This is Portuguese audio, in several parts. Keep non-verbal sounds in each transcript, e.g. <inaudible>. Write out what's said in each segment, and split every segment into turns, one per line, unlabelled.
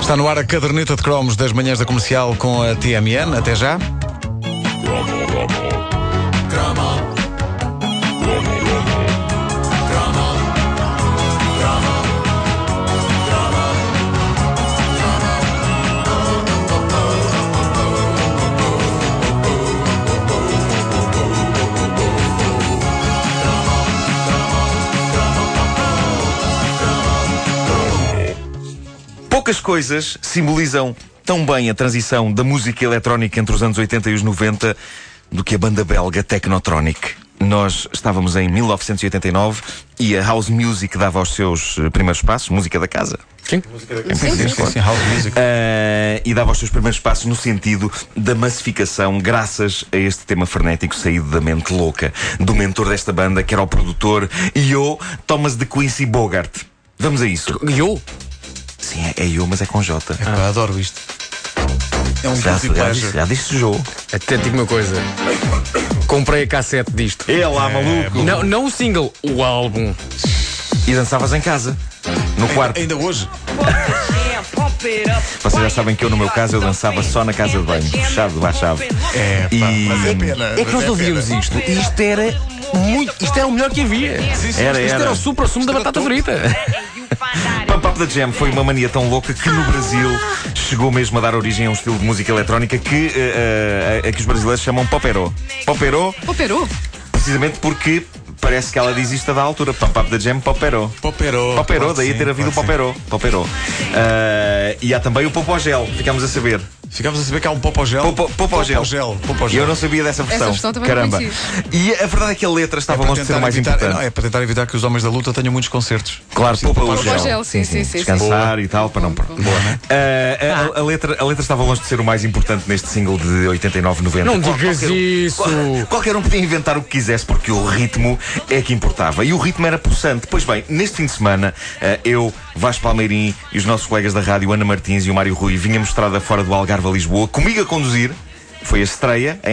Está no ar a caderneta de cromos das manhãs da comercial com a TMN. Até já.
Poucas coisas simbolizam tão bem a transição da música eletrónica entre os anos 80 e os 90 do que a banda belga Technotronic. Nós estávamos em 1989 e a house music dava os seus eh, primeiros passos, música da casa.
Sim.
Em português, claro.
Sim, house music.
Eh, e dava os seus primeiros passos no sentido da massificação, graças a este tema frenético saído da mente louca do mentor desta banda, que era o produtor Io Thomas de Quincy Bogart. Vamos a isso.
Eu?
Sim, é, é Io, mas é com J.
Pá, adoro isto. É um guilty
Já, já, disse-
pleasure.
já disse Jô.
Até te digo uma coisa. Comprei a cassete disto.
É lá, maluco.
Não, não o single, o álbum.
E dançavas em casa, no quarto.
Ainda hoje.
Vocês já sabem que eu, no meu caso, eu dançava só na casa de banho, fechado debaixo da chave.
É, pá,
E-
mas é pena.
É que nós ouvíamos isto. E isto era muito. Isto era o melhor que havia.
Era,
Isto era
era.
o super sumo da batata frita.
Pump Up the Jam foi uma mania tão louca que no Brasil chegou mesmo a dar origem a um estilo de música eletrónica que, eh, eh, a que os brasileiros chamam popero. Popero,
O Peru?
precisamente porque parece que ela diz isto da altura. Pump Up the Jam, popero.
Popero.
Popero, daí ter havido um o
Popero.
popero. Popero. Eh, e há também o popogel, ficámos a saber.
Ficámos a saber que há um popogel.
Popo- popogel.
Popogel.
E
popogel.
eu não sabia dessa versão.
versão também não
Caramba.
conhecia.
E a verdade é que a letra
É
estava
para
longe de ser
tentar
o mais
evitar-
importante.
não, é para tentar evitar que os homens da luta tenham muitos concertos.
Claro, poupa o
Poupa
gel.
o gel, sim, sim, sim,
Descansar e tal, para não.
Boa,
né? a, a letra, a letra estava longe de ser o mais importante neste single de 89, 90.
Não digas isso.
Qualquer um podia inventar o que quisesse, porque o ritmo é que importava. E o ritmo era pulsante. Pois bem, neste fim de semana, eh, eu, Vasco Palmeirim e os nossos colegas da rádio, Ana Martins e o Mário Rui, vinhamos estrada fora do Algarve a Lisboa, comigo a conduzir. Foi a estreia em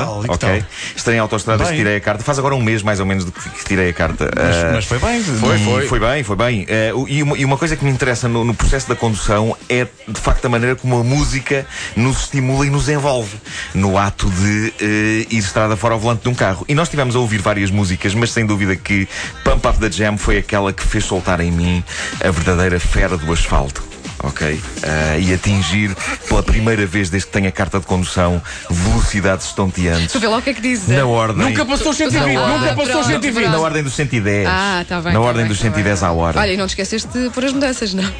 E que tal, e que
ok.
tal?
Estreia em autoestrada,
Bem.
tirei a carta. Faz agora um mês mais ou menos de que que tirei a carta.
Mas,
Eh,
mas foi bem.
e
foi.
Foi bem, foi bem. Eh, o- e, uma, e uma coisa que me interessa no, no processo da condução é, de facto, a maneira como a música nos estimula e nos envolve no ato de eh, ir estrada fora ao volante de um carro. E nós estivemos a ouvir várias músicas, mas sem dúvida que Pump Up the Jam foi aquela que fez soltar em mim a verdadeira fera do asfalto. Ok? Eh, e atingir pela primeira vez desde que tenho a carta de condução velocidades estonteantes.
Tu vê lá o que é que dizes.
Na ordem.
Nunca passou os 120,
Não,
nunca
não,
passou os
não,
120.
Na ordem dos 110.
Ah, tá bem.
Na
tá
ordem
bem,
dos
tá bem.
110 à hora.
Olha, e não te esqueces de pôr as mudanças, não?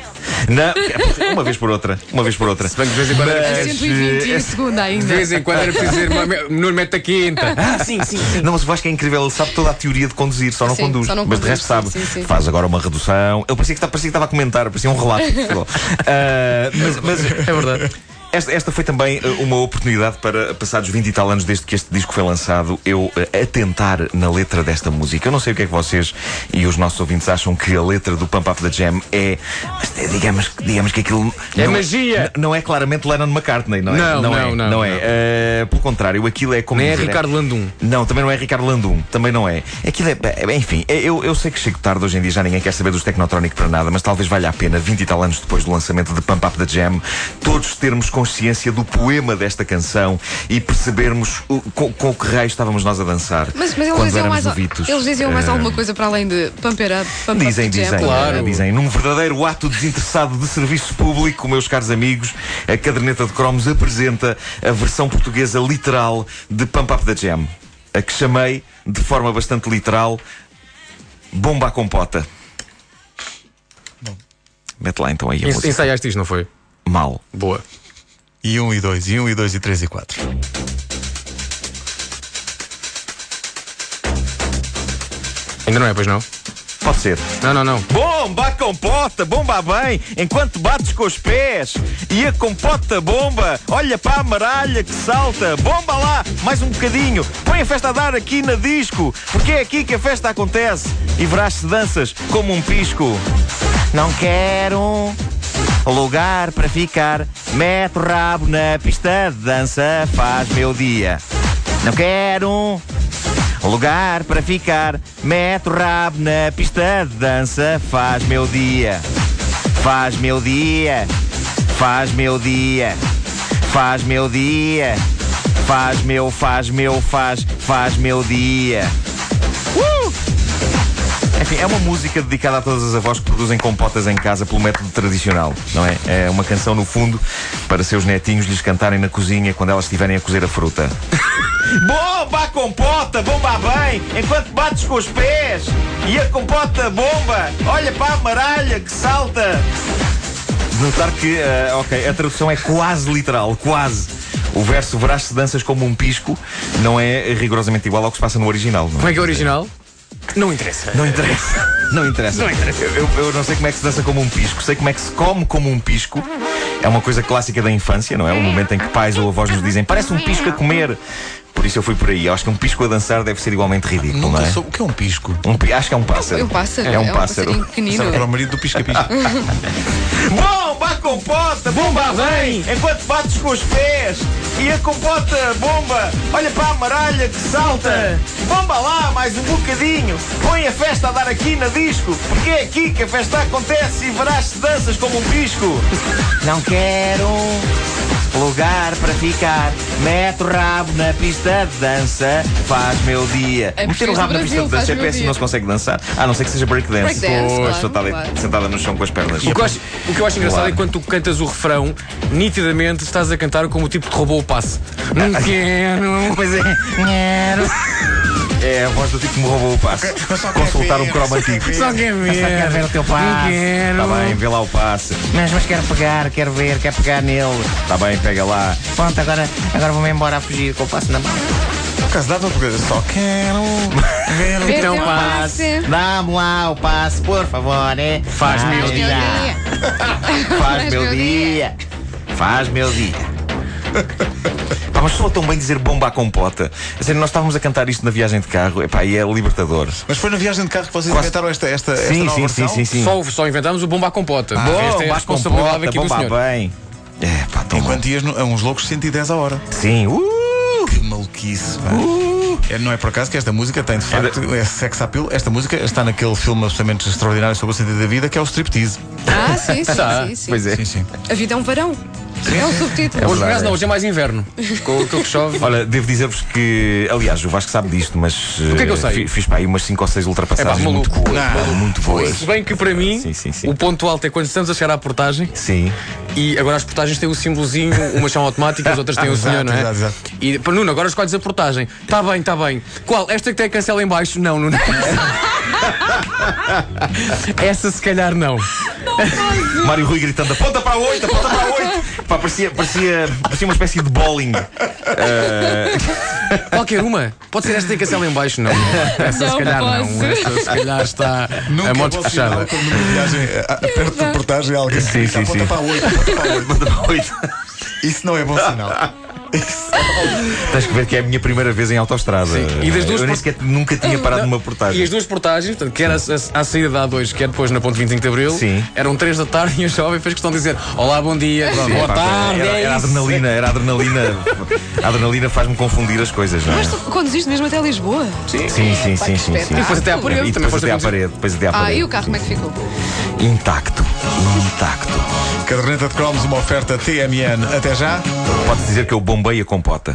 Na- é uma vez por outra. Uma vez por outra.
Se bem que de vez em quando era
A
Mas,
120 e a
eh,
segunda
De
ainda.
vez em quando era preciso dizer, Nuno mete a quinta.
Ah, sim, sim, sim. Não, mas eu acho que é incrível, ele sabe toda a teoria de conduzir, só não
Sim,
conduz.
só não
mas de
conduz,
resto sabe.
sim, sim, sim.
Faz agora uma redução. Ele parecia que, tá- parecia que estava a comentar, parecia um relato.
<laughs>
Ah, mas, mas-
É verdade.
esta, esta foi também eh, uma oportunidade para, passados 20 e tal anos desde que este disco foi lançado, eu eh, atentar na letra desta música. Eu não sei o que é que vocês e os nossos ouvintes acham que a letra do Pump Up the Jam é. Mas, eh, digamos, digamos que aquilo.
É
não
magia.
n- Não é claramente Lennon McCartney, não é?
Não,
é,
não, não,
é.
não.
Eh, pelo contrário, aquilo é como.
Nem é
dizer,
Ricardo Landum.
Não, também não é Ricardo Landum. Também não é. Aquilo é. é- Enfim, é- eu, eu sei que chego tarde hoje em dia, já ninguém quer saber dos Technotronic para nada, mas talvez valha a pena, 20 e tal anos depois do lançamento de Pump Up the Jam, todos termos consciência do poema desta canção e percebermos o- com, com que raio estávamos nós a dançar.
Mas, mas eles,
quando
diziam
éramos
mais, al-
novitos.
eles diziam mais
Eh,
alguma coisa para além de pump it up, pump
Dizem,
up the jam.
dizem,
Claro.
eh, dizem. Num verdadeiro ato desinteressado de serviço público, meus caros amigos, a caderneta de cromos apresenta a versão portuguesa literal de Pump Up the Jam, a que chamei, de forma bastante literal, Bomba à Compota. Mete lá então aí a
Ens-
música.
Ensaiaste isto, não foi?
Mal.
Boa.
E um e dois, e um e dois, e três e quatro.
Ainda não é, pois não?
Pode ser.
Não, não, não.
Bomba a compota, bomba a bem, enquanto bates com os pés. E a compota bomba, olha para a maralha que salta. Bomba lá, mais um bocadinho. Põe a festa a dar aqui na disco, porque é aqui que a festa acontece. E verás-se danças como um pisco. Não quero lugar para ficar. Mete o rabo na pista de dança, faz meu dia. Não quero lugar para ficar. Mete o rabo na pista de dança, faz meu dia. Faz meu dia. Faz meu dia, faz meu dia, faz meu, faz meu, faz, faz meu dia. Uh! Enfim, é uma música dedicada a todas as avós que produzem compotas em casa pelo método tradicional, não é? É uma canção, no fundo, para seus netinhos lhes cantarem na cozinha quando elas estiverem a cozer a fruta. <laughs> Bomba a compota, bomba a bem, enquanto bates com os pés e a compota bomba, olha para a maralha que salta. De Notar que, eh, ok, a tradução é quase literal, quase. O verso verás-se danças como um pisco não é rigorosamente igual ao que se passa no original. Não é?
Como é que é o original? Não interessa.
Não interessa. Não interessa.
Não interessa.
Eu, eu- eu não sei como é que se dança como um pisco, sei como é que se come como um pisco. É uma coisa clássica da infância, não é? O momento em que pais ou avós nos dizem parece um pisco a comer. Por isso eu fui por aí. Eu acho que um pisco a dançar deve ser igualmente ridículo, não
Nunca
é?
sou- O que é um pisco?
Um pi- acho que é um pássaro.
É um pássaro,
É um
é um
pássaro.
passarinho pequenino.
Para o marido do pisca-pisca.
<laughs> Bomba a compota, bomba
Ah,
a vem, enquanto bates com os pés. E a compota, bomba, olha para a maralha que salta. Bomba lá, mais um bocadinho. Põe a festa a dar aqui na disco, porque é aqui que a festa acontece e verás-se danças como um pisco. Não quero lugar para ficar. Mete o rabo na pista de dança, faz meu dia.
É
Meter o
preciso
rabo na
Brasil,
pista de
faz
dança é
meu
péssimo,
dia.
não se consegue dançar. A não ser que seja breakdance.
Breakdance,
Pois,
claro,
sentada-
claro.
sentada no chão com as pernas.
O que, eu acho, o que eu acho engraçado
Claro.
é quando tu cantas o refrão, nitidamente estás a cantar como o tipo que te roubou o passe.
Ah,
Não quero.
Pois é. É a voz do tipo que me roubou
<laughs>
o passe. Consultar um cromatismo.
Só quer
É.
ver.
o teu
Não quero.
Está Tá bem, vê lá o passe.
Mas, mas quero pegar, quero ver, quero pegar nele.
Está bem, pega lá.
Pronto, agora, agora vou-me embora a fugir com o passo na mão.
Por acaso dava porque só é quero ver o
Ver
Não
teu
passe.
Dá-me lá o passo, por favor, é?
Faz meu
Faz
Meu dia.
Faz meu dia. Faz meu dia.
<laughs>
Pá, mas soa tão bem dizer bomba à compota. A sério, nós estávamos a cantar isto na viagem de carro epá, e é libertador.
Mas foi na viagem de carro que vocês
Quase-
inventaram esta, esta, esta
Sim,
nova
sim, sim,
versão?
sim, sim.
Só, só inventámos o bomba à compota.
Ah,
Esta é a
Bomba à
responsabilidade
compota,
aqui do
bomba
senhor.
à bem. É, pá, tão bom.
Enquanto ias no- a uns loucos 110 a hora.
Sim, uh!
Que maluquice, pá. É, não é por acaso que esta música tem de facto é sex appeal. Esta música está naquele filme absolutamente extraordinário sobre o sentido da vida que é o striptease.
Ah, sim, sim,
Tá,
sim, sim.
Pois é.
Sim, sim.
A vida é um varão. É um subtítulo.
Hoje, por
verdade,
acaso, não,
é.
hoje é mais
<laughs>
inverno. Com aquilo que chove. é
Olha, devo dizer-vos que, aliás, o Vasco sabe disto, mas. O
que é que eu sei?
Fiz, para aí umas 5 ou
É
6
pá,
ultrapassagens muito
maluco.
boas.
Não.
Muito boas.
Se bem que para mim,
Sim, sim, sim.
o ponto alto é quando estamos a chegar à portagem
Sim.
e agora as portagens têm o símbolozinho, umas são automáticas, as outras têm o
Exato,
<laughs>
senhor, não é?
exato, exato.
E para Nuno, agora escolhes a portagem. Está bem, está bem. Qual? Esta que tem a cancela em baixo? Não, Nuno. <laughs> Essa se calhar não.
Mário Rui gritando: aponta para a 8, aponta para a
<laughs>
8. Pá, parecia, parecia, parecia uma espécie de bowling.
Qualquer uma. Pode ser esta que tem a cancela em baixo?
<laughs>
Não. Essa se
Não
calhar
posso.
não. Esta se calhar está a
Nunca
monte
vou sinal
fechada.
quando numa viagem eh, a- aperto de portagem a alguém.
Sim, sim,
aponta
sim.
Para a oito, aponta para a oito.
Aponta para a 8.
Isso não é bom
<laughs>
sinal. Isso.
Tens que ver que é a minha primeira vez em autostrada.
Sim. E das duas
Eu nem
por-
sequer nunca tinha parado numa portagem.
E as duas portagens, portanto, quer a- a- à saída da A2, quer depois na ponte 25 de Abril,
Sim.
eram 3 da tarde e a jovem fez questão de dizer: Olá, bom dia,
Sim,
boa
pá,
tarde.
Era,
é
era
isso."
adrenalina, era adrenalina. A adrenalina faz-me confundir as coisas, não é?
Mas tu conduziste mesmo até Lisboa?
Sim, sim, sim, sim, sim, sim.
E
depois até à parede,
E
também
depois
foste
até à
conduzir.
parede, depois até à
Ah,
parede.
e o carro como é que ficou?
Intacto, intacto.
Caderneta de cromos, uma oferta TMN. Até já.
<laughs>
Pode dizer que eu bombei a compota.